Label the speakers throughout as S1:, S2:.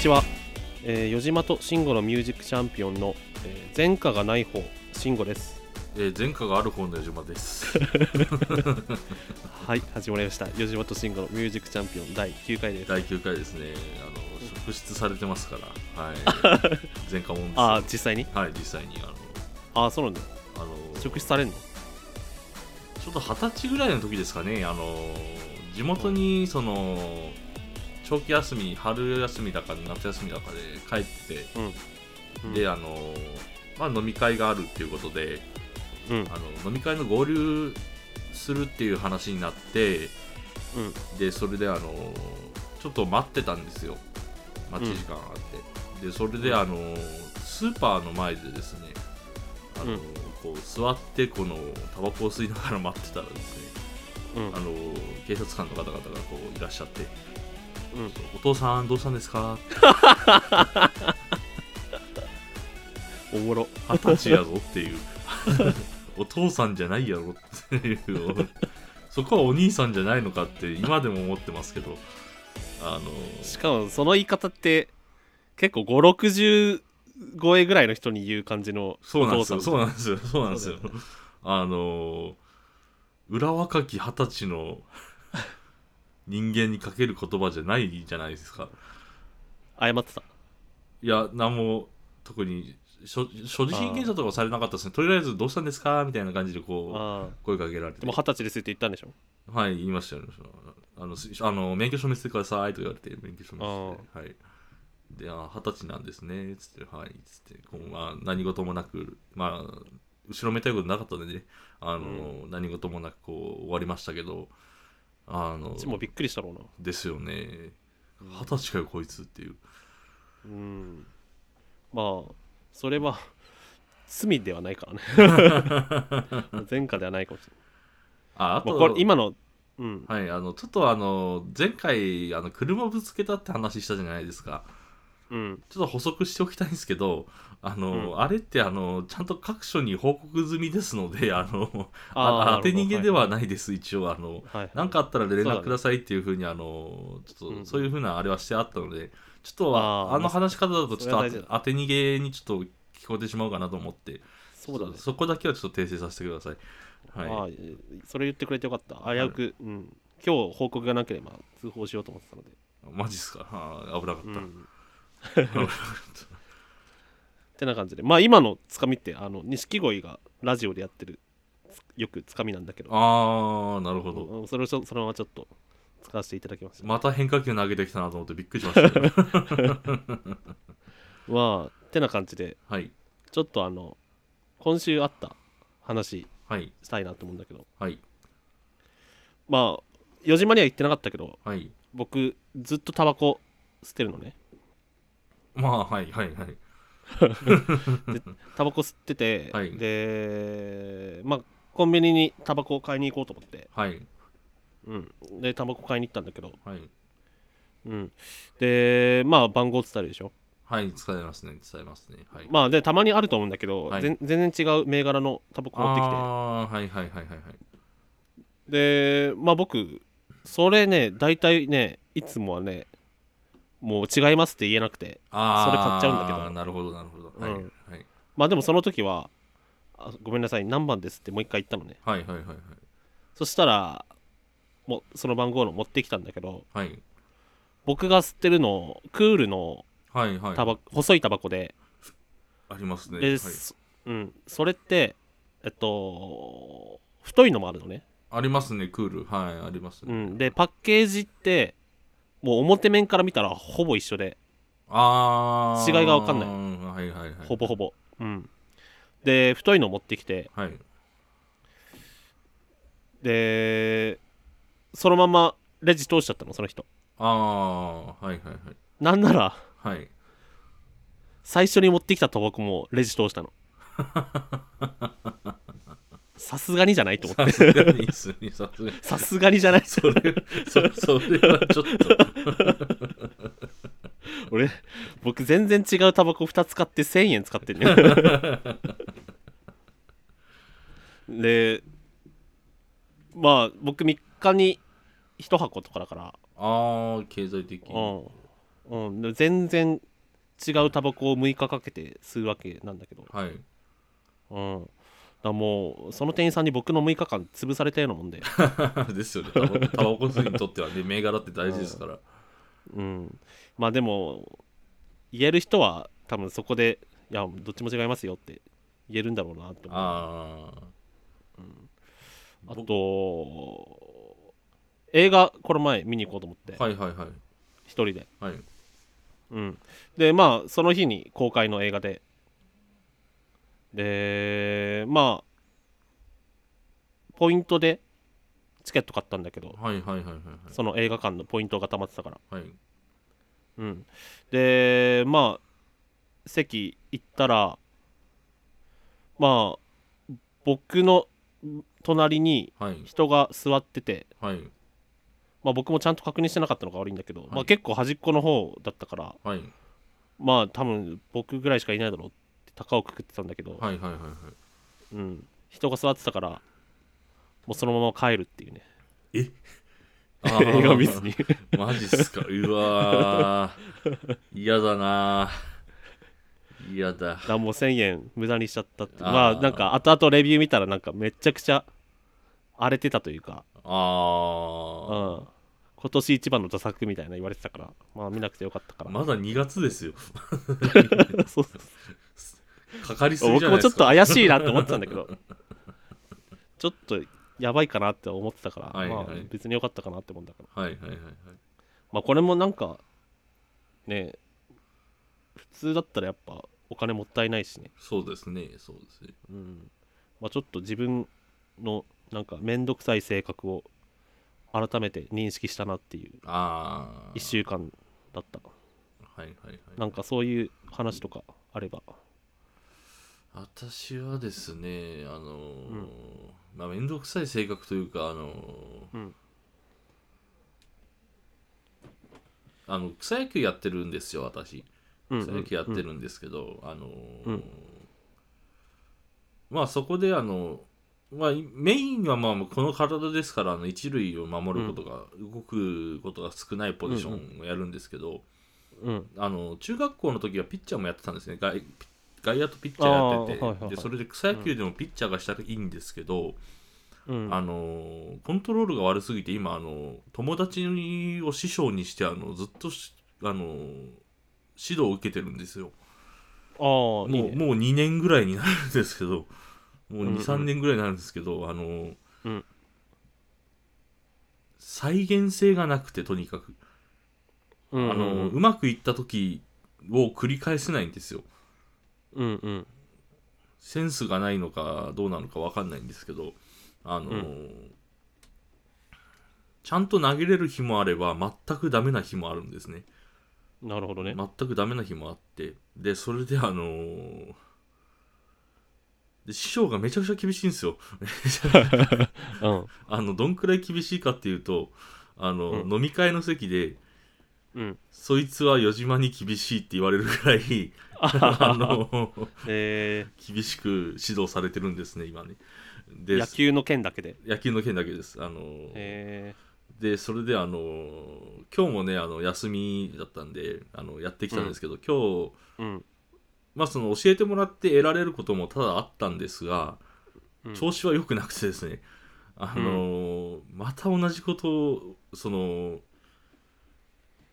S1: ちは、えー、よじまと慎吾のミュージックチャンピオンの、えー、前科がない方慎吾です
S2: えー、前科がある方の矢島です。
S1: はい始まりましたよじまと慎吾のミュージックチャンピオン第9回です
S2: 第9回ですね。あの職質されてますから。 はい。前科もんですよ。
S1: ああ実際に
S2: はい、実際にあ
S1: ああそうなんだ
S2: のあの
S1: 職質されんの
S2: ちょっと二十歳ぐらいの時ですかね。あの地元にその長期休み、春休みだか夏休みだかで帰って、
S1: うん
S2: であのまあ飲み会があるっていうことで、
S1: うんうん
S2: あの飲み会の合流するっていう話になって。でそれであのちょっと待ってたんですよ待ち時間があって、でそれであのスーパーの前でですねあの、
S1: うん
S2: こう座ってこのタバコを吸いながら待ってたらですね
S1: うん
S2: あの警察官の方々がこういらっしゃって
S1: うん
S2: 「お父さんどうしたんですか?」
S1: おもろ
S2: 二十歳やぞっていう お父さんじゃないやろっていうそこはお兄さんじゃないのかって今でも思ってますけどあの
S1: しかもその言い方って結構560超えぐらいの人に言う感じの
S2: そうなんですよ、
S1: お父さ
S2: そうなんですよ、そうなんですよ
S1: そうだ。
S2: あのー、裏若き二十歳の人間にかける言葉じゃないじゃないですか。
S1: 謝ってた
S2: いや、なんも、特に、所所持品検査とかはされなかったですね。とりあえず、どうしたんですかみたいな感じで、こ
S1: あ
S2: う、声かけられ
S1: ー
S2: て
S1: でも。二十歳ですって言ったんでしょ
S2: はい、言いましたよ、ね。あの、すあの免許証見せてくださいと言われて、免許証見せて。はい。で、あ、二十歳なんですね、つって、はい、つって、こうまあ、何事もなく、まあ、後ろめたいことなかったんでね、あの、何事もなく、こう、終わりましたけど、あの
S1: う、ちもびっくりしたろうな
S2: ですよね。二十歳かよ、こいつっていう。
S1: うんまあそれは罪ではないから ね前科ではないかもしれな
S2: あ、あ
S1: い、ま
S2: と、
S1: あ、これ今のうん
S2: はい、あの、ちょっとあの、前回、あの、車ぶつけたって話したじゃないですか。
S1: うん
S2: ちょっと補足しておきたいんですけど、あの、
S1: う
S2: あれってあの、ちゃんと各所に報告済みですので、あの、
S1: ー
S2: あ当て逃げ
S1: な
S2: で
S1: る
S2: はないです、一応、あの、
S1: ほどはい、はい
S2: なんかあったら連
S1: そうだね
S2: 絡くださいっていうふうに、あの、ちょっ
S1: う
S2: と、
S1: ん
S2: そういうふうなあれはしてあったので、ちょっと、
S1: あ
S2: あ
S1: ー
S2: あの話し方だと、ちょっと
S1: それは
S2: あ
S1: 大
S2: て
S1: 事だ
S2: 当て逃げにちょっと聞こえてしまうかなと思って、
S1: そうだね
S2: そこだけはちょっと訂正させてください。はい。
S1: あーそれ言ってくれてよかった危うく、うん今日報告がなければ通報しようと思ってたので、
S2: マジっすか。あー危なかった。
S1: うん、
S2: 危なか
S1: っ
S2: った
S1: てな感じでまあ今のつかみってあの錦鯉がラジオでやってるつよくつかみなんだけど
S2: あー、なるほど。
S1: うんそれをちょそのままちょっと使わせていただきました
S2: また変化球投げてきたなと思ってびっくりし ましたよ。
S1: まあてな感じで
S2: はい。
S1: ちょっとあの今週あった話
S2: はい。
S1: したいなと思うんだけど
S2: はい。
S1: まあ余島には行ってなかったけど
S2: はい。
S1: 僕ずっとタバコ吸ってるのね
S2: まあ、はい、はい、はい。
S1: タバコ吸ってて、
S2: はい
S1: でまあコンビニにタバコを買いに行こうと思って、
S2: はい、
S1: うん、でタバコ買いに行ったんだけど、
S2: はい。
S1: うん、でまあ番号伝えるでしょ
S2: はい、使えますね、使えますね。はい。
S1: まあでたまにあると思うんだけど、
S2: はい
S1: ぜん全然違う銘柄のタバコ持ってきて
S2: あーはい、はい、はい、はい。はい
S1: でまあ僕それね大体ねいつもはねもう違いますって言えなくて
S2: あー
S1: それ買っちゃうんだけど
S2: なるほど、なるほど。はい、
S1: うん
S2: はい、
S1: まあでもその時はあごめんなさい何番ですってもう一回言ったのね
S2: はい、はい、はい。
S1: そしたらもうその番号の持ってきたんだけど
S2: はい、
S1: 僕が吸ってるのクールの
S2: はい、はい。
S1: タバ、細いタバコで
S2: ありますね。
S1: で、
S2: はい、
S1: そうん、それってえっと太いのもあるのね、
S2: ありますね、クール。はい、あります
S1: う
S2: ね。
S1: ん、でパッケージってもう表面から見たらほぼ一緒で
S2: ああ。
S1: 違いがわかんない
S2: はい、はい、はい。
S1: ほぼほぼ、うん、で太いの持ってきて
S2: はい、
S1: でそのままレジ通しちゃったのその人
S2: ああー、はい、はい、
S1: なんなら
S2: はい。はい。
S1: 最初に持ってきたタバコもレジ通したのさすがにじゃないと思って
S2: さすがに、すみさすがに。
S1: さすがにじゃない
S2: それ、そそれはちょっと。
S1: 俺僕全然違うタバコ2つ買って1000円使ってんね でまあ僕3日に1箱とかだから
S2: ああ、経済的。
S1: うんうん、で全然違うタバコを6日かけて吸うわけなんだけど、
S2: はい。
S1: うん、だからもうその店員さんに僕の6日間潰されたようなもんで、
S2: ですよね。タバコタバコ吸いにとってはね、 銘柄って大事ですから。
S1: うん、まあでも言える人は多分そこでいやどっちも違いますよって言えるんだろうなと思う
S2: ああ。
S1: あ
S2: 僕
S1: と映画この前見に行こうと思って一、
S2: はいはいはい。
S1: 人で、
S2: はい。
S1: うん、でまあその日に公開の映画ででまあポイントでチケット買ったんだけど
S2: はいはいはいはい
S1: その映画館のポイントが溜まってたから、
S2: はい。はい。
S1: うん、でまあ席行ったらまあ僕の隣に
S2: はい。
S1: 人が座ってて、
S2: はい。
S1: まあ、僕もちゃんと確認してなかったのが悪いんだけど、
S2: い
S1: まあ、結構端っこの方だったから
S2: はい。
S1: まあ多分僕ぐらいしかいないだろうって高をくくってたんだけど、
S2: はいはいはいはい。
S1: うん、人が座ってたからもうそのまま帰るっていうね
S2: あー
S1: 映画見ずに
S2: マジっすか。うわー。嫌だなー。嫌だ。
S1: だもう1000円無駄にしちゃったって
S2: あー
S1: まあなんか後々レビュー見たらなんかめちゃくちゃ荒れてたというか、う
S2: あ
S1: ん、今年一番のダ作みたいな言われてたからまあ見なくてよかったか
S2: あ。
S1: ら、
S2: まだ2月ですよ。
S1: そう
S2: かかりすぎじ
S1: 僕
S2: ゃな
S1: も
S2: い
S1: ち
S2: で
S1: ょっ
S2: す
S1: と
S2: か。
S1: 怪しいなって思ってたんだけどちょっとやばいかなって思ってたから、
S2: はいはい
S1: まあ、別に良かったかなって思うんだから
S2: はいはいはいはい。
S1: まあこれもなんかね普通だったらやっぱお金もったいないしね、
S2: そうですね。そうですね。
S1: うんまあ、ちょっと自分のなんか面倒くさい性格を改めて認識したなっていう
S2: ああ。
S1: 1週間だった
S2: はいはいはい。
S1: なんかそういう話とかあれば
S2: 私はですね、あのーまあ、面倒くさい性格というか、あのー
S1: うん
S2: あの草野球やってるんですよ、私。
S1: うん
S2: 草野球やって
S1: うん
S2: るんですけど、あのー
S1: うん
S2: まあそこであの、まあ、メインはまあこの体ですからあの一塁を守ることが、動くことが少ないポジションをやるんですけど、
S1: うん
S2: あの中学校の時はピッチャーもやってたんですね外外野とピッチャーやってて、
S1: あーはいはいはい
S2: でそれで草野球でもピッチャーがしたらいいんですけど、
S1: うん
S2: あのーコントロールが悪すぎて今あの友達を師匠にしてあのずっとしあのー指導を受けてるんですよ
S1: ああいい
S2: もう
S1: ね
S2: もう2年ぐらいになるんですけどもう
S1: うんうん
S2: 23年ぐらいになるんですけど、あのー
S1: うん
S2: 再現性がなくてとにかく
S1: う
S2: あ
S1: ん
S2: のーうまくいった時を繰り返せないんですよ
S1: うんうん
S2: センスがないのかどうなのか分かんないんですけど、あのーちゃんと投げれる日もあれば全くダメな日もあるんですね
S1: なるほどね
S2: 全くダメな日もあってでそれであのーで師匠がめちゃくちゃ厳しいんですよ
S1: うん
S2: あのどんくらい厳しいかっていうとあの、
S1: うん
S2: 飲み会の席で
S1: うん
S2: そいつは余島に厳しいって言われるくら いあの
S1: え
S2: 厳しく指導されてるんですね今ね
S1: ー
S2: で
S1: 野球の件だけで
S2: 野球の件だけです。あのー
S1: え
S2: でそれで、あのー今日もねあの休みだったんであのやってきたんですけど、今日、
S1: ーうん
S2: まあ、その教えてもらって得られることもただあったんですが
S1: うん
S2: 調子は良くなくてですね、あのーまた同じことをその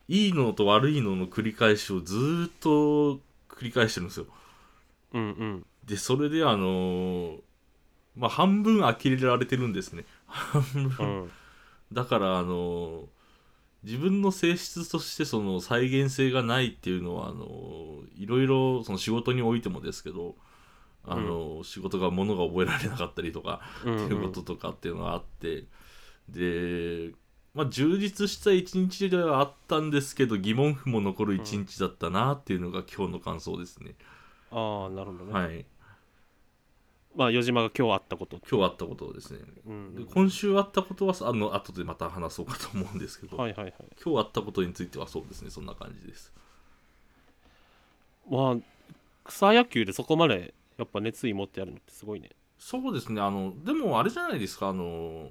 S2: いいのと悪いのの繰り返しをずーっと繰り返してるんですよ。
S1: うんうん
S2: でそれであのーまあ半分呆れられてるんですね。半分
S1: うん
S2: だからあの自分の性質としてその再現性がないっていうのはあのいろいろその仕事においてもですけどあの、仕事がものが覚えられなかったりとか
S1: うん
S2: っていうこととかっていうのがあって、で、まあ、充実した一日ではあったんですけど疑問符も残る一日だったなっていうのが今日の感想ですね、
S1: ああなるほどね、
S2: はい
S1: まあ余島が今日あったこと
S2: 今日あったことですね
S1: うん
S2: で今週あったことはあの後でまた話そうかと思うんですけど、
S1: はいはいはい
S2: 今日あったことについてはそうですねそんな感じです
S1: まあ草野球でそこまでやっぱ熱意持ってやるのってすごいね
S2: そうですね、あの、でもあれじゃないですか、あの、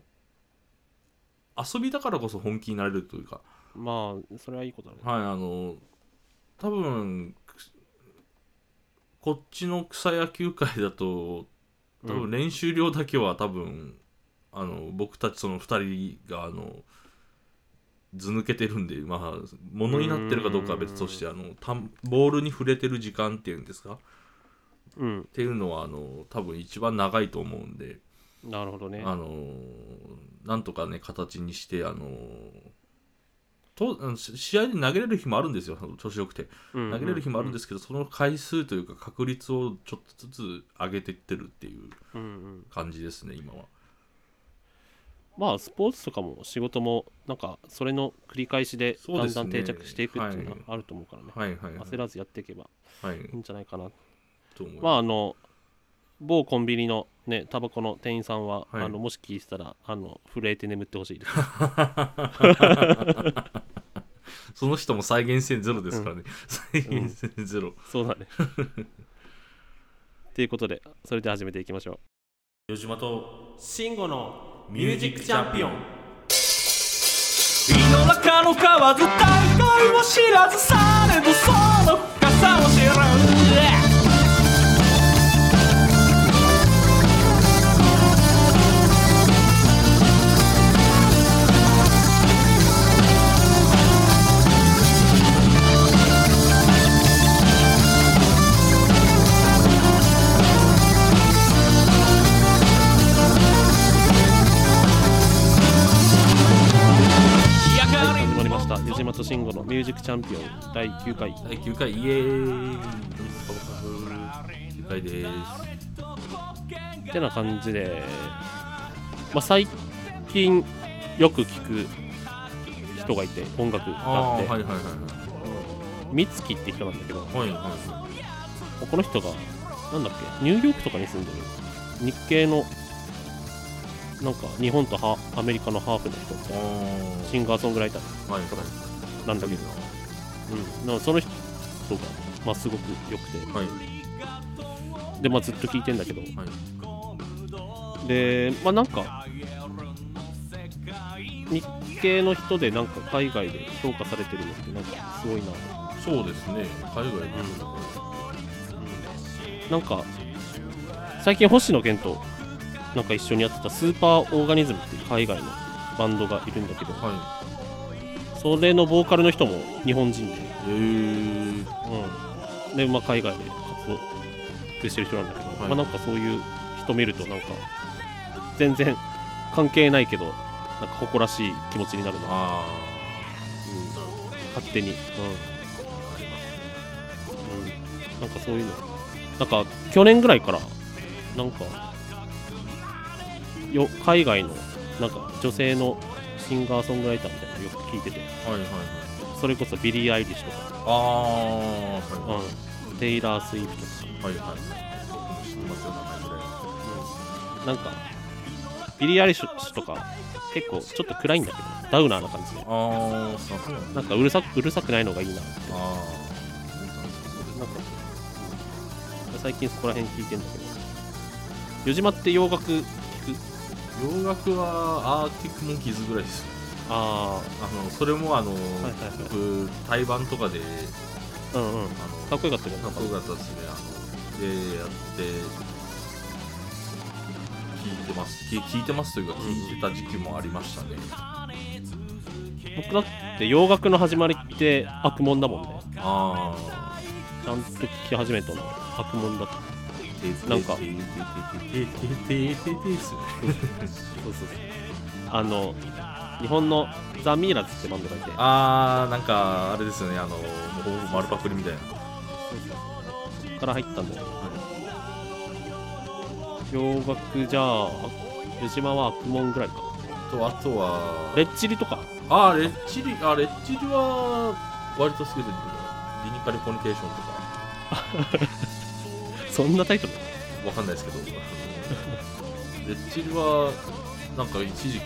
S2: 遊びだからこそ本気になれるというか、
S1: まあそれはいいことだね
S2: はい、あの、多分こっちの草野球界だと多分練習量だけは多分、あの僕たちその2人があの図抜けてるんでまあものになってるかどうかは別としてあのたボールに触れてる時間っていうんですかっ
S1: うん、
S2: ていうのはあの多分一番長いと思うんで
S1: なるほどね。
S2: あのなんとかね形にしてあのとあのし試合で投げれる日もあるんですよ調子よくて
S1: うん。
S2: 投げれる日もあるんですすけど、その回数というか確率をちょっとずつ上げていってるっていう
S1: うんうん
S2: 感じですね今は
S1: まあスポーツとかも仕事もなんかそれの繰り返しで
S2: そう
S1: だ
S2: で
S1: ん
S2: すね
S1: だん定着していくっていうのは
S2: はい
S1: あると思うからね。
S2: はいはいはい
S1: 焦らずやっていけば
S2: はい
S1: いいんじゃないかな。
S2: と思い
S1: まあ
S2: ま
S1: あの某コンビニのねタバコの店員さんは、
S2: はい
S1: あのもし聞いてたらあの震えて眠ってほしいです。
S2: すその人も再現性ゼロですからね、再現性ゼロ、
S1: そうだね。ということでそれでは始めていきましょう。
S2: 吉島と
S1: 慎吾の
S2: ミュージックチャンピオン
S1: 井の中の蛙大海を知らずされどその深さを知る始まりました吉本慎吾のミュージックチャンピオン第9回
S2: 第9回イエーイ9回です
S1: ってな感じで、まあ、最近よく聞く人がいて音楽
S2: ああ
S1: があ
S2: は
S1: っ
S2: い
S1: て
S2: はいはい
S1: 美月って人なんだけど
S2: はいはいは
S1: この人がなんだっけニューヨークとかに住んでる日系のなんか日本とハーアメリカのハーフの人
S2: いはい
S1: シンガーソングライター
S2: はい
S1: なんだけど、うん、なんかその人が、まあ、すごく良くて
S2: はい
S1: で、まあ、ずっと聴いてんだけど
S2: はい
S1: でまあなんか日系の人でなんか海外で評価されてるのってなんかすごいな、
S2: そうですね海外に
S1: なんか最近星野源となんか一緒にやってたスーパーオーガニズムっていう海外のバンドがいるんだけど
S2: は
S1: それのボーカルの人も日本人で、
S2: いえー、
S1: うん、で、まあ、海外で活躍してる人なんだけど、
S2: い
S1: まあなんかそういう人見るとなんか全然関係ないけどなんか誇らしい気持ちになるな
S2: あ
S1: 勝手に、うんなんかそういうのなんか去年ぐらいからなんかよ海外のなんか女性のシンガーソングライターみたいなのよく聞いてて
S2: あはいはいはい
S1: それこそビリー・アイリッシュとか、
S2: ああは
S1: うん、テイラー・スウィフトとか
S2: いはいはい知ってますよ名前ぐらい
S1: なんかビリー・アイリッシュとか結構ちょっと暗いんだけどダウナーな感じで
S2: ああそうなん
S1: な
S2: だ
S1: んかうるさくうるさくないのがいいなって
S2: あ
S1: なんか、最近そこら辺聞いてんだけど、余島って洋楽聞く
S2: あ洋楽はアーティックモンキーズぐらいです
S1: あ
S2: あのそれもあの、
S1: いはいはい
S2: 僕対バンとかで
S1: あ、うんうん。
S2: あの
S1: かっこよかったよね。
S2: かっこよかったですねあのでやって聞いてます聞聞いてますというか聞いてた時期もありましたね、
S1: 僕だって洋楽の始まりって悪もんだもんね。
S2: ああ
S1: ちゃんと聞き始めたの悪もんだった。なんか
S2: てててててててててで
S1: そ
S2: すね
S1: うそうそう。あの、日本のザ・ミイラズってバンドがいて、
S2: あーなんかあれですよねあのもう丸パクリみたいな
S1: そこから入ったんだよ。洋楽じゃあ、余島は悪もんぐらいか。
S2: とあとは
S1: レッチリとか。
S2: あーレッチリあレッチリは割と好きですけどリニカルコミュニケーションとか
S1: そんなタイトル
S2: わかんないですけどレッチリはなんか一時期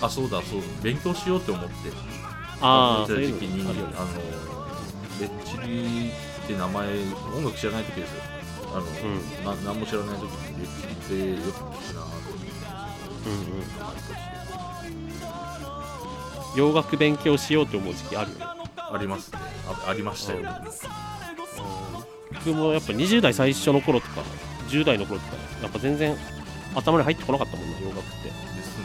S2: あそうだそう勉強しようって思って
S1: ああ、そ
S2: そ
S1: う
S2: う
S1: い
S2: いう
S1: う
S2: 時期
S1: の
S2: に
S1: あるよね
S2: あのレッチリって名前音楽知らない時ですよあの、
S1: ん
S2: な何も知らない時にレッチリってよく聞くなと思って
S1: うんうん。
S2: 毎年
S1: 洋楽勉強しようと思う時期あるよね
S2: ありますねあありましたよ、僕も
S1: 僕もやっぱ20代最初の頃とか10代の頃とかやっぱ全然頭に入ってこなかったもんな洋楽って、
S2: ですね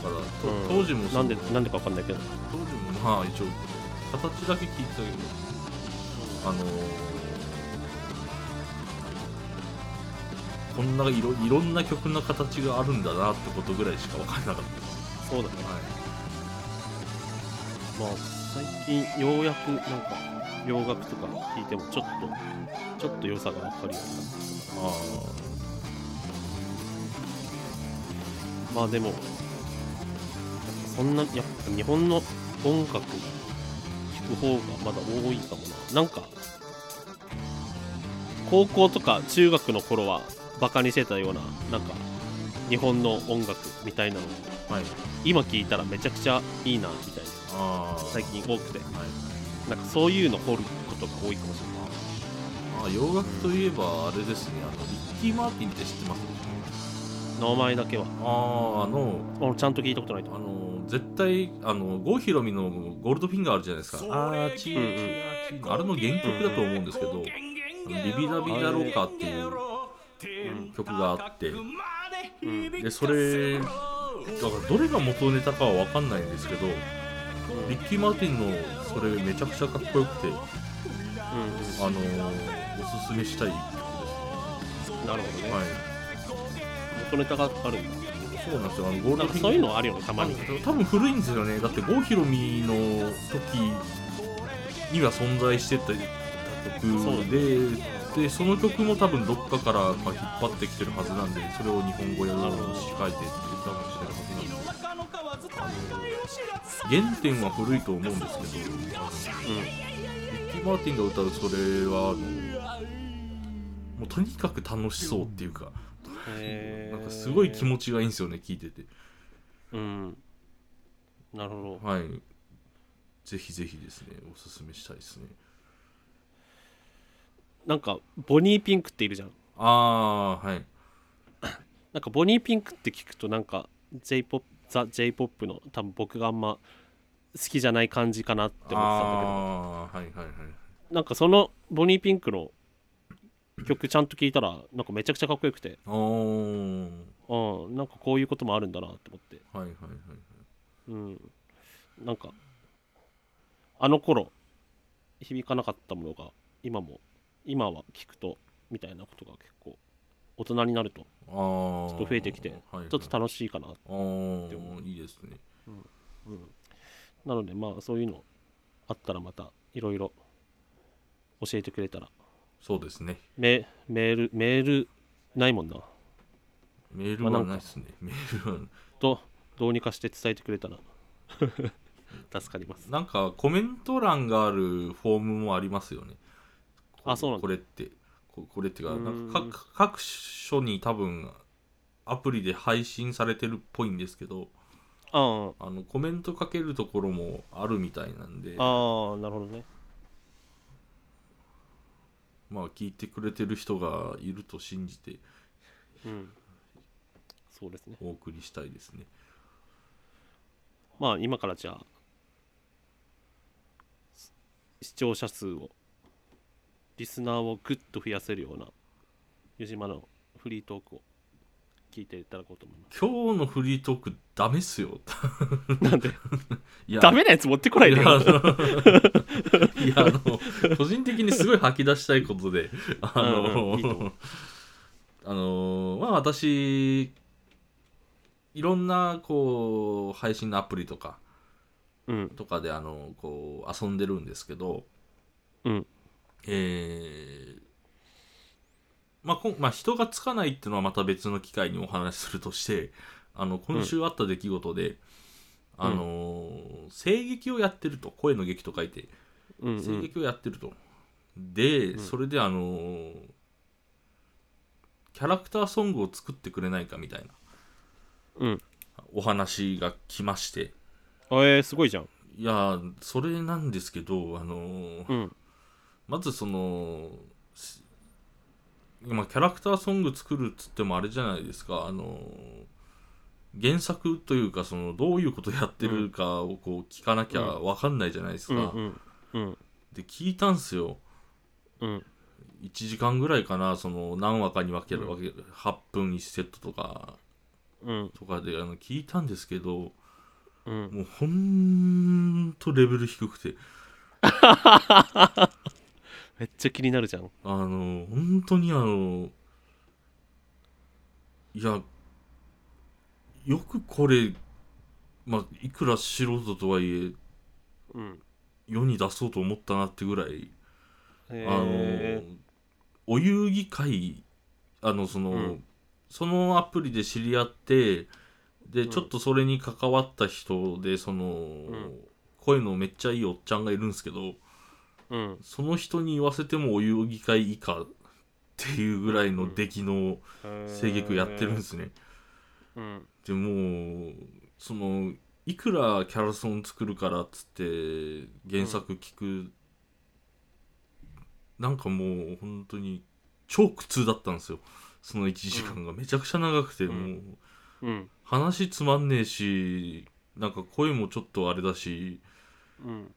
S2: だからと
S1: うん
S2: 当時もそ
S1: な
S2: うん
S1: でなんでかわかんないけど
S2: 当時もまあ一応形だけ聞いてたけどあのーこんないろいろんな曲の形があるんだなってことぐらいしか分からなかったです、
S1: そうだね
S2: はい
S1: まあ最近ようやくなんか洋楽とか聞いてもちょっとちょっと良さが分かるようになってきたかなまあでもやっぱそんなやっぱ日本の音楽聴く方がまだ多いかもななんか高校とか中学の頃はバカにしてたようななんか日本の音楽みたいなの
S2: あーはい
S1: 今聴いたらめちゃくちゃいいなみたいな
S2: あー
S1: 最近多くて
S2: はい
S1: なんかそういうの掘ることが多いかもしれない
S2: あー洋楽といえばあれですねあのリッキー・マーティンって知ってます
S1: 名前だけは
S2: あああの
S1: 俺ちゃんと聞いたことないと
S2: あ
S1: 思う
S2: の絶対あの郷ひろみのゴールドフィンガーあるじゃないですかあーちー
S1: うん
S2: ちーあれの原曲だと思うんですけど、あのリビラビラロカっていう
S3: うん
S2: 曲があって、
S3: ん
S2: でそれだからどれが元ネタかは分かんないんですけどリッキー・マーティンのそれめちゃくちゃかっこよくて
S1: う
S2: あのおすすめしたい曲
S1: んなるほど
S2: です、
S1: ね、
S2: はい、
S1: 元ネタがあるんだ
S2: そうなんですよあのゴール
S1: な
S2: ド
S1: ん
S2: フ
S1: か
S2: ィン
S1: そういうのあるよねたまに
S2: 多分古いんですよねだって郷ひろみの時には存在してた曲
S1: そうだ
S2: ででその曲も多分どっかからまあ引っ張ってきてるはずなんでそれを日本語や詞書いてって多分してるはずなんですけど原点は古いと思うんですけどリッキー・マーティンが歌うそれはあのもうとにかく楽しそうっていうかなんかすごい気
S1: ち、
S2: 持ちがいいんですよね聴いてて
S1: うん、なるほど
S2: はいぜひぜひですねおすすめしたいですね
S1: なんかボニーピンクっているじゃん
S2: ああはい
S1: なんかボニーピンクって聞くとなんか j p o p ザ・ j p o p の多分僕があんま好きじゃない感じかなって思ってたんだけど
S2: ああーはいはいはい
S1: なんかそのボニーピンクの曲ちゃんと聞いたらなんかめちゃくちゃかっこよくて、
S2: おー
S1: うん、なんかこういうこともあるんだなって思って、
S2: はいはいはい
S1: うん、なんかあの頃響かなかったものが今も今は聞くとみたいなことが結構大人になると
S2: あー
S1: ちょっと増えてきて
S2: はいはい、
S1: ちょっと楽しいかな
S2: あーいいですね
S1: なのでまあそういうのあったらまたいろいろ教えてくれたら
S2: そうですね
S1: メメールメールないもんな
S2: メールはないですねメールは
S1: とどうにかして伝えてくれたら 助かります
S2: なんかコメント欄があるフォームもありますよね
S1: あそうなんだ
S2: これってここれってか
S1: うーん
S2: なんか各各所に多分アプリで配信されてるっぽいんですけど
S1: ああ
S2: あのコメントかけるところもあるみたいなんで
S1: ああなるほどね
S2: まあ聞いてくれてる人がいると信じて
S1: うんそうですね
S2: お送りしたいですね
S1: まあ今からじゃあす視聴者数をリスナーをぐっと増やせるような湯島のフリートークを聞いていただこうと思いま
S2: 今日のフリートークダメっすよ
S1: す。なんで
S2: いや
S1: ダメなやつ持ってこない
S2: い
S1: で
S2: やあ
S1: よ。
S2: のいやあの個人的にすごい吐き出したいことであ
S1: うんうん
S2: の、
S1: いいと思う
S2: あのまあ私いろんなこう配信のアプリとか
S1: うん
S2: とかであのこう遊んでるんですけど、
S1: うん
S2: えーまあ、こんまあ人がつかないっていうのはまた別の機会にお話しするとしてあの今週あった出来事で、あのー声劇をやってると声の劇と書いて
S1: うんう
S2: 声
S1: ん
S2: 劇をやってると、で、
S1: ん
S2: それであのーキャラクターソングを作ってくれないかみたいな
S1: うん。
S2: お話が来まして
S1: あえー、すごいじゃん。
S2: いやーそれなんですけどあのー
S1: うん
S2: まずそのし今キャラクターソング作るっつってもあれじゃないですかあの原作というかそのどういうことやってるかをこう聞かなきゃわかんないじゃないですか、
S1: うんうんうん
S2: で聞いたんすよ
S1: うん
S2: 1時間ぐらいかなその何話かに分けるわけ、8分1セットとか
S1: うん
S2: とかであの聞いたんですけど
S1: うん
S2: もうほんとレベル低くて
S1: めっちゃ気になるじゃん
S2: あの本当にあのいやよくこれまあいくら素人とはいえ
S1: うん
S2: 世に出そうと思ったなってぐらい
S1: へ
S2: あ
S1: え
S2: のお遊戯会あのその、
S1: うん
S2: そのアプリで知り合ってで、
S1: うん
S2: ちょっとそれに関わった人でその、
S1: ん
S2: 声のめっちゃいいおっちゃんがいるんですけど
S1: うん
S2: その人に言わせてもお遊戯会以下っていうぐらいの出来の制御やってるんですね。
S1: うん
S2: でもうそのいくらキャラソン作るからっつって原作聞く、なんかもう本当に超苦痛だったんですよその1時間がめちゃくちゃ長くて、
S1: うん
S2: もう
S1: うん
S2: 話つまんねえしなんか声もちょっとあれだし
S1: うん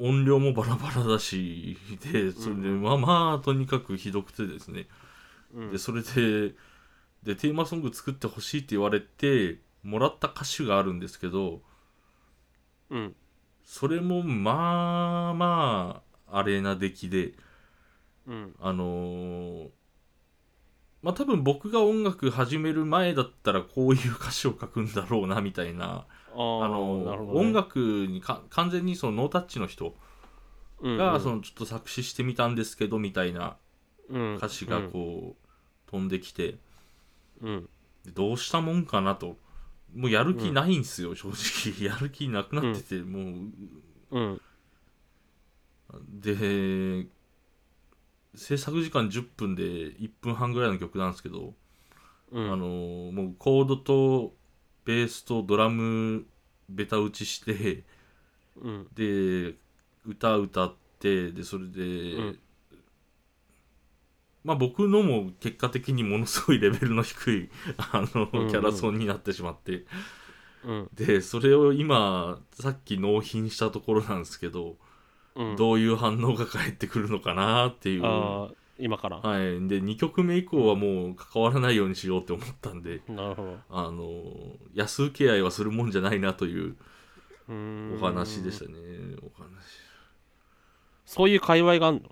S2: 音量もバラバラだしでそれで
S1: うん
S2: まあまあとにかくひどくてですね
S1: うん
S2: でそれででテーマソング作ってほしいって言われてもらった歌手があるんですけど
S1: うん
S2: それもまあまああれな出来で
S1: うん
S2: あのーまあ多分僕が音楽始める前だったらこういう歌詞を書くんだろうなみたいな
S1: あ
S2: あ
S1: ー
S2: のー
S1: なるほどね
S2: 音楽にか完全にそのノータッチの人
S1: うんう
S2: が
S1: ん
S2: そのちょっと作詞してみたんですけどみたいな
S1: うん
S2: 歌詞がこう飛んできて、
S1: うん
S2: でどうしたもんかなともうやる気ないんすよ、正直 やる気なくなってて、も
S1: うん
S2: うで制作時間10分で1分半ぐらいの曲なんですけど、
S1: うん
S2: あのもうコードとベースとドラムベタ打ちして
S1: うん
S2: で歌歌ってでそれで、
S1: うん
S2: まあ僕のも結果的にものすごいレベルの低い あの、
S1: うんうん
S2: キャラソンになってしまって
S1: うん
S2: でそれを今さっき納品したところなんですけど、
S1: うん
S2: どういう反応が返ってくるのかなっていう、は
S1: あー今から
S2: い、で2曲目以降はもう関わらないようにしようって思ったんで
S1: なるほど
S2: あの安請け合いはするもんじゃないなという
S1: うーん
S2: お話でしたねお話
S1: そういう界隈があんの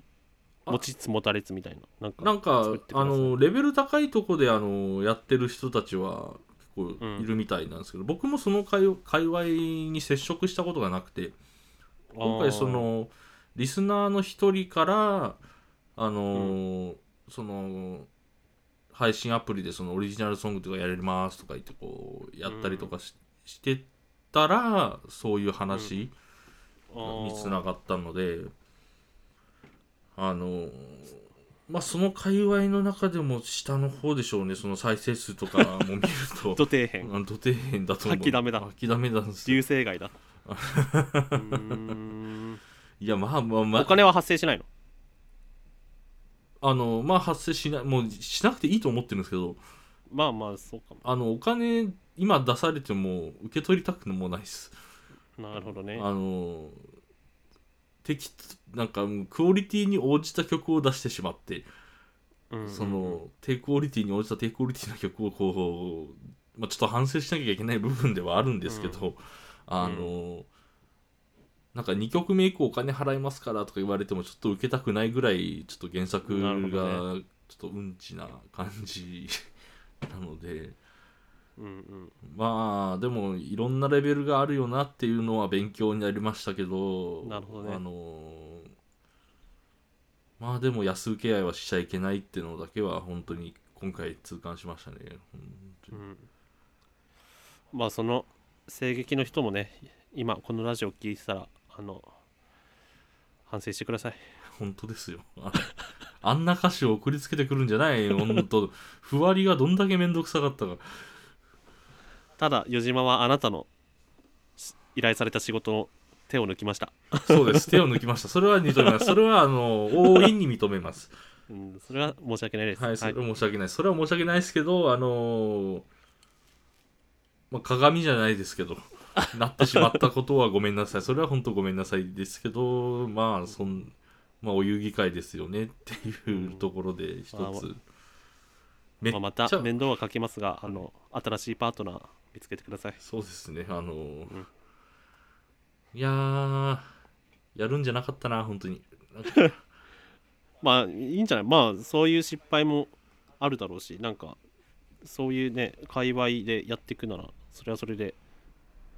S2: あ
S1: 持ちつ持たれつみたいななんか
S2: なんか
S1: 作ってくだ
S2: あ
S1: さい
S2: のレベル高いとこであのやってる人たちは結構いるみたいなんですけど、僕もその界界隈に接触したことがなくて今回そのリスナーの一人からあのーその配信アプリでそのオリジナルソングとかやれますとか言ってこうやったりとかし,、してたらそういう話
S1: あー
S2: につながったのであのーまあその界隈の中でも下の方でしょうねその再生数とかも見る と
S1: 土底辺
S2: あの土底辺だと思う
S1: 吐きだめだ
S2: 吐きだめなんですよ
S1: 流星街だうーん
S2: いやまあまあまあ
S1: お金は発生しないの
S2: あのまあ発生しないもうしなくていいと思ってるんですけど
S1: まあまあそうかも
S2: あのお金今出されても受け取りたくもないです
S1: なるほどね
S2: あの適当なんかもうクオリティに応じた曲を出してしまって、
S1: うんうんうん
S2: その低クオリティに応じた低クオリティな曲をこう、まあ、ちょっと反省しなきゃいけない部分ではあるんですけど、あの、なんか2曲目以降お金払いますからとか言われてもちょっと受けたくないぐらいちょっと原作
S1: なるほど
S2: がちょっとうんちな感じなので
S1: うん
S2: まあでもいろんなレベルがあるよなっていうのは勉強になりましたけど
S1: なるほどね
S2: あのーまあでも安請け合いはしちゃいけないっていうのだけは本当に今回痛感しましたね本当
S1: うんう
S2: に
S1: んまあその声劇の人もね今このラジオ聞いてたらあの反省してください
S2: 本当ですよああんな歌詞を送りつけてくるんじゃない本当ふわりがどんだけ面倒くさかったか
S1: ただ余島はあなたのし依頼された仕事を手を抜きました、
S2: そうです手を抜きましたそれは認めますそれはあの大いに認めます
S1: うん、それは申し訳ないです
S2: はい、それは申し訳ない。それは申 し訳ないですけど、あのーまあ、鏡じゃないですけど、なってしまったことはごめんなさい。それは本当ごめんなさいですけど、まあ、そん、まあ、お遊戯会ですよねっていうところで一つ。
S1: まあ
S2: めっ
S1: まあ、ま
S2: ちゃ
S1: た面倒はかけますがあの新しいパートナー見つけてください
S2: そうですね、あのー
S1: ん
S2: いやー、やるんじゃなかったな、本当に。なんか
S1: まあいいんじゃないまあそういう失敗もあるだろうしなんかそういうね界隈でやっていくならそれはそれで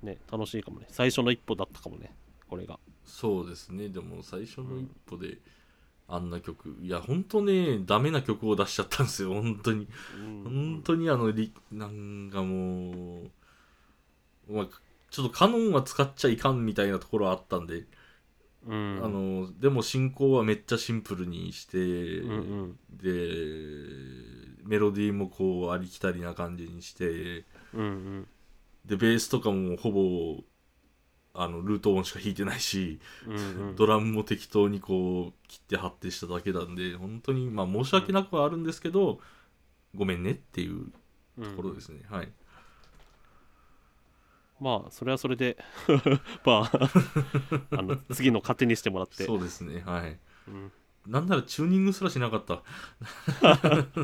S1: ね楽しいかもね最初の一歩だったかもねこれが
S2: そうですね、でも最初の一歩で、あんな曲、いや、本当ね、ダメな曲を出しちゃったんですよ、本当に。
S1: うん
S2: 本当にあの、りなんかもう、まあ、ちょっとカノンは使っちゃいかんみたいなところはあったんで、
S1: うん
S2: あのでも進行はめっちゃシンプルにして、
S1: うんうん
S2: でメロディーもこうありきたりな感じにして
S1: うんうん
S2: でベースとかもほぼあのルート音しか弾いてないし、
S1: うんうん
S2: ドラムも適当にこう切って貼ってしただけなんで本当にまあ申し訳なくはあるんですけど、ごめんねっていう
S1: うん
S2: ところですね、はい
S1: まあそれはそれで まああの次の糧にしてもらって
S2: そうですねはい
S1: うん
S2: なんならチューニングすらしなかった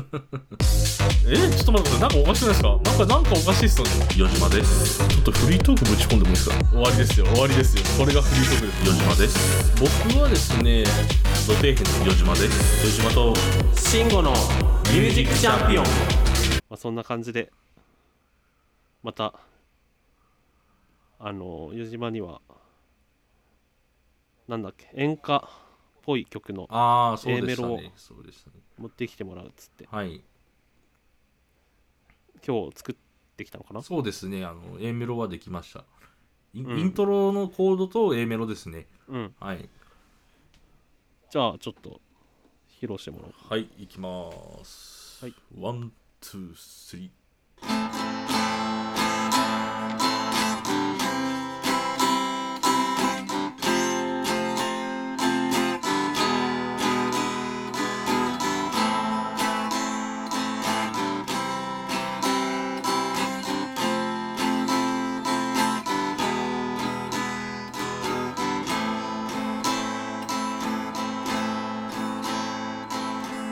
S2: えちょっと待ってくださいなんかおかしくないですかなんかなんかおかしいっすよね4時までちょっとフリートークぶち込んでもいいですか終わりですよ終わりですよこれがフリートークです4時まで僕はですね土底辺の4時まで4時まと
S1: 慎吾の
S2: ミュージックチャンピオン
S1: まあ、そんな感じでまたあの余島にはなんだっけ演歌っぽい曲の
S2: ああそうでし
S1: A
S2: た
S1: メロ
S2: ねそうでしたね
S1: 持ってきてもらうっつって
S2: はい
S1: 今日作ってきたのかな
S2: そうですねあの A メロはできましたイ,、
S1: うん
S2: イントロのコードと A メロですね
S1: うん
S2: はい
S1: じゃあちょっと披露してもらおう
S2: はい、いきます。
S1: はい。
S2: ワン、ツー、スリー。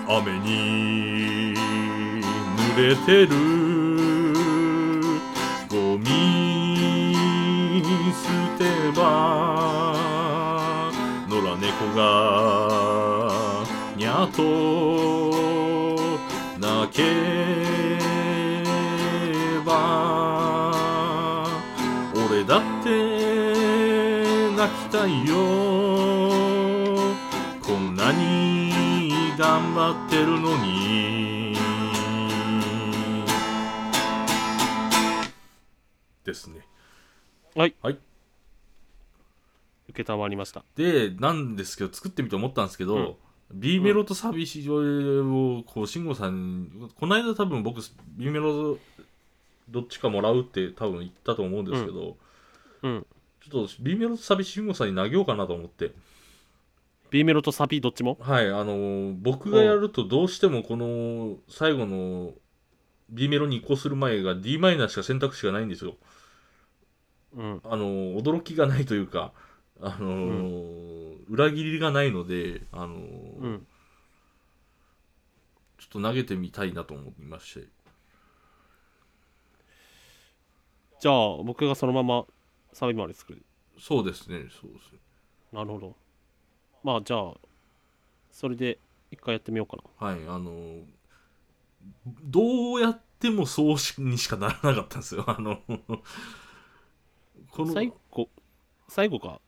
S2: 雨に濡れてるゴミ捨て場野良猫がにゃーと泣けば俺だって泣きたいよこんなに頑張ってるのにですね
S1: はい
S2: はい
S1: 承りました
S2: でなんですけど作ってみて思ったんですけど、B メロとサビしをこう慎吾さんにこの間多分僕 B メロどっちかもらうって多分言ったと思うんですけど、
S1: うん
S2: ちょっと B メロとサビ慎吾さんに投げようかなと思って。
S1: B メロとサビどっちも
S2: はい、あのー僕がやるとどうしてもこの最後の B メロに移行する前が d マイナーしか選択肢がないんですよ。
S1: うん
S2: あのー驚きがないというか、あのー裏切りがないので、あのー
S1: うん
S2: ちょっと投げてみたいなと思いまして。
S1: じゃあ僕がそのままサビまで作る
S2: そうですね、そうですね。
S1: なるほどまあじゃあそれで一回やってみようかな
S2: はい、あのーどうやってもそうしにしかならなかったんですよ。あのこの
S1: 最後最後か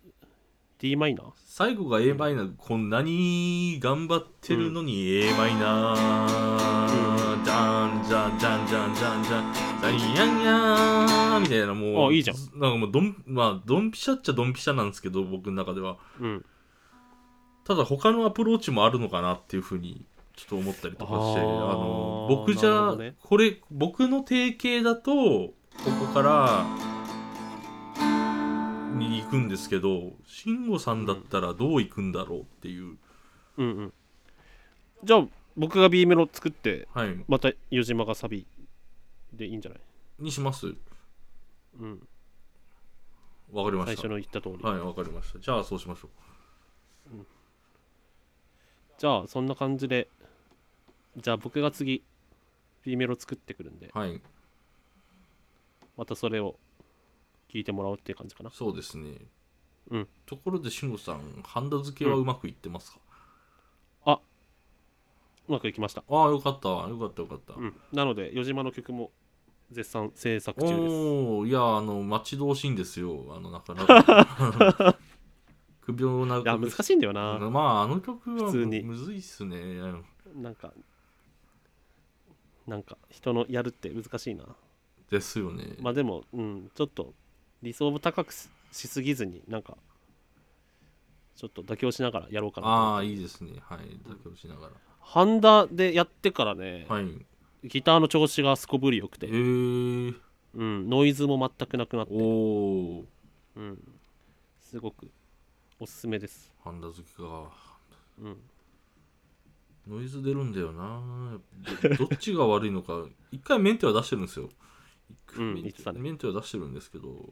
S1: d マイナー
S2: 最後が a マイナーこんなに頑張ってるのに a マイナーじゃんじゃんじゃんじゃんじゃんじゃんじゃんやんやーみたいなもう
S1: あいいじゃん
S2: なんかもうどんまあドンピシャっちゃドンピシャなんですけど僕の中では
S1: うん
S2: ただ他のアプローチもあるのかなっていうふうにちょっと思ったりとかしてあ
S1: あー
S2: の僕じ
S1: なるほ
S2: ゃ、
S1: どね
S2: これ僕の定型だとここからに行くんですけど慎吾さんだったらどう行くんだろうっていう、
S1: うんうんじゃあ僕が B メロ作って
S2: はい
S1: また余島がサビでいいんじゃない
S2: にします
S1: うん
S2: わかりま
S1: 最
S2: した
S1: 初の言った通り、
S2: はいわかりましたじゃあそうしましょ
S1: じゃあそんな感じでじゃあ僕が次 B メロ作ってくるんで
S2: うはい
S1: またそれを聞いてもらおうっていう感じかな
S2: そうですね
S1: うん
S2: ところで慎吾さんハンダ付けはうまくいってますか、
S1: うまくいきました、
S2: ああよかったよかったよかった、
S1: うん、なので余島の曲も絶賛制作中です
S2: おおーいやあの待ち遠しいんですよあのなかなか 首をない
S1: や難しいんだよな、
S2: まああの曲は
S1: 普通に
S2: むずいっすね
S1: なんかなんか人のやるって難しいな
S2: ですよね、
S1: まあでも、うん、ちょっと理想を高くししすぎずになんかちょっと妥協しながらやろうか
S2: あ
S1: な
S2: あいいですねはい妥協しなが
S1: とハンダでやってからね、
S2: らはい
S1: ギターの調子がすこぶりよく
S2: え
S1: て、
S2: ー、
S1: うん、ノイズも全くなくなって、
S2: おお
S1: うん、すごくおすすめです、
S2: ハンダ付けか
S1: うん、
S2: ノイズ出るんだよなど どっちが悪いのか一回メンテは出してるんですよ一回
S1: うん
S2: メンテ
S1: 言ってたね
S2: メンテは出してるんですけど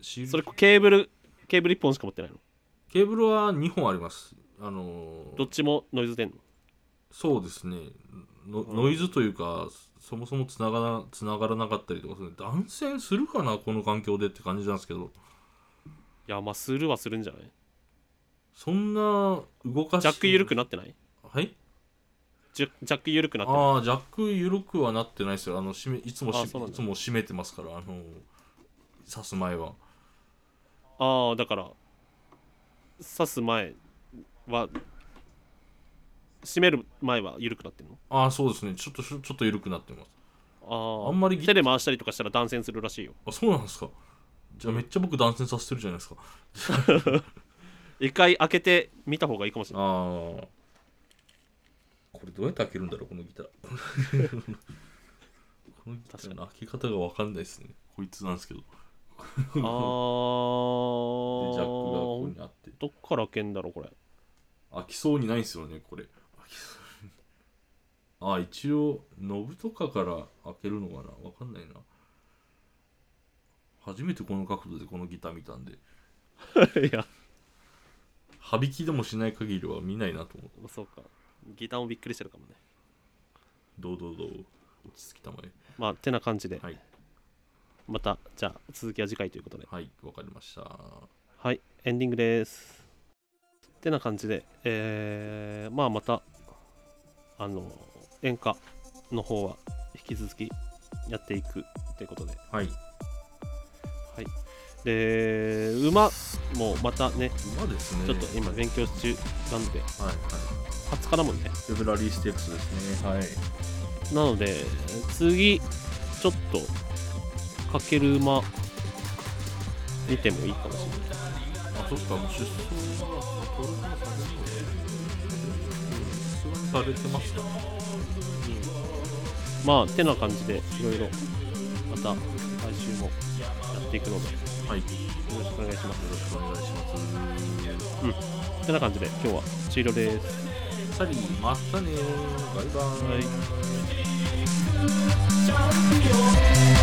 S2: シール
S1: それケーブルケーブル1本しか持ってないの
S2: ケーブルは2本ありますあのー
S1: どっちもノイズ出んの
S2: そうですねのノイズというか、そもそもつながらつながらなかったりとかするんで断線するかなこの環境でって感じなんですけど
S1: いやまあするはするんじゃない
S2: そんな動かし
S1: ジャック緩くなってない
S2: はい
S1: ジャジャック緩くなってない
S2: ああジャック緩くはなってないですよあの締めいつもし
S1: あそうなん
S2: い
S1: だ
S2: つも締めてますからあの刺す前は
S1: ああだから刺す前は締める前は緩くなってんの
S2: ああそうですねちょっとちょちょっと緩くなってます
S1: ああ
S2: あんまりギ
S1: 手で回したりとかしたら断線するらしいよ
S2: あそうなんですかじゃあめっちゃ僕断線させてるじゃないですか
S1: 一回開けて見た方がいいかもしれない
S2: ああこれどうやって開けるんだろうこのギタ ーこのギターの開け方が分かんないですねこいつなんですけどで
S1: ああ
S2: ジャックがここにあって
S1: どっから開けんだろうこれ
S2: 開きそうにないんですよねこれ開きそうにあ一応ノブとかから開けるのかな分かんないな初めてこの角度でこのギター見たんで
S1: いや
S2: はびきでもしない限りは見ないなと思って
S1: そうかギターもびっくりしてるかもね
S2: どうどうどう落ち着きたまえ
S1: まあてな感じで
S2: はい
S1: またじゃあ続きは次回ということで
S2: はい分かりました
S1: はい、エンディングです。ってな感じで、えーまあまた、あの、演歌の方は引き続きやっていくということで、
S2: はい
S1: はい。で、馬もまたね、
S2: 馬ですね。
S1: ちょっと今勉強中なんで、
S2: はいはい。
S1: 20日だもんね。
S2: フェブラリーステークスですね。はい。
S1: なので、次、ちょっと、かける馬、見てもいいかもしれない。
S2: あ、そっか、もう出走は登録もされてされてますか。
S1: まあ、てな感じで、いろいろ、また、来週もやっていくので、
S2: はい。よ
S1: よろしくお願いします。
S2: ろしくお願いします。
S1: てな感じで今日は終了です。
S2: サリー、またねー。バイバーイ。
S1: はい
S3: チャンピオン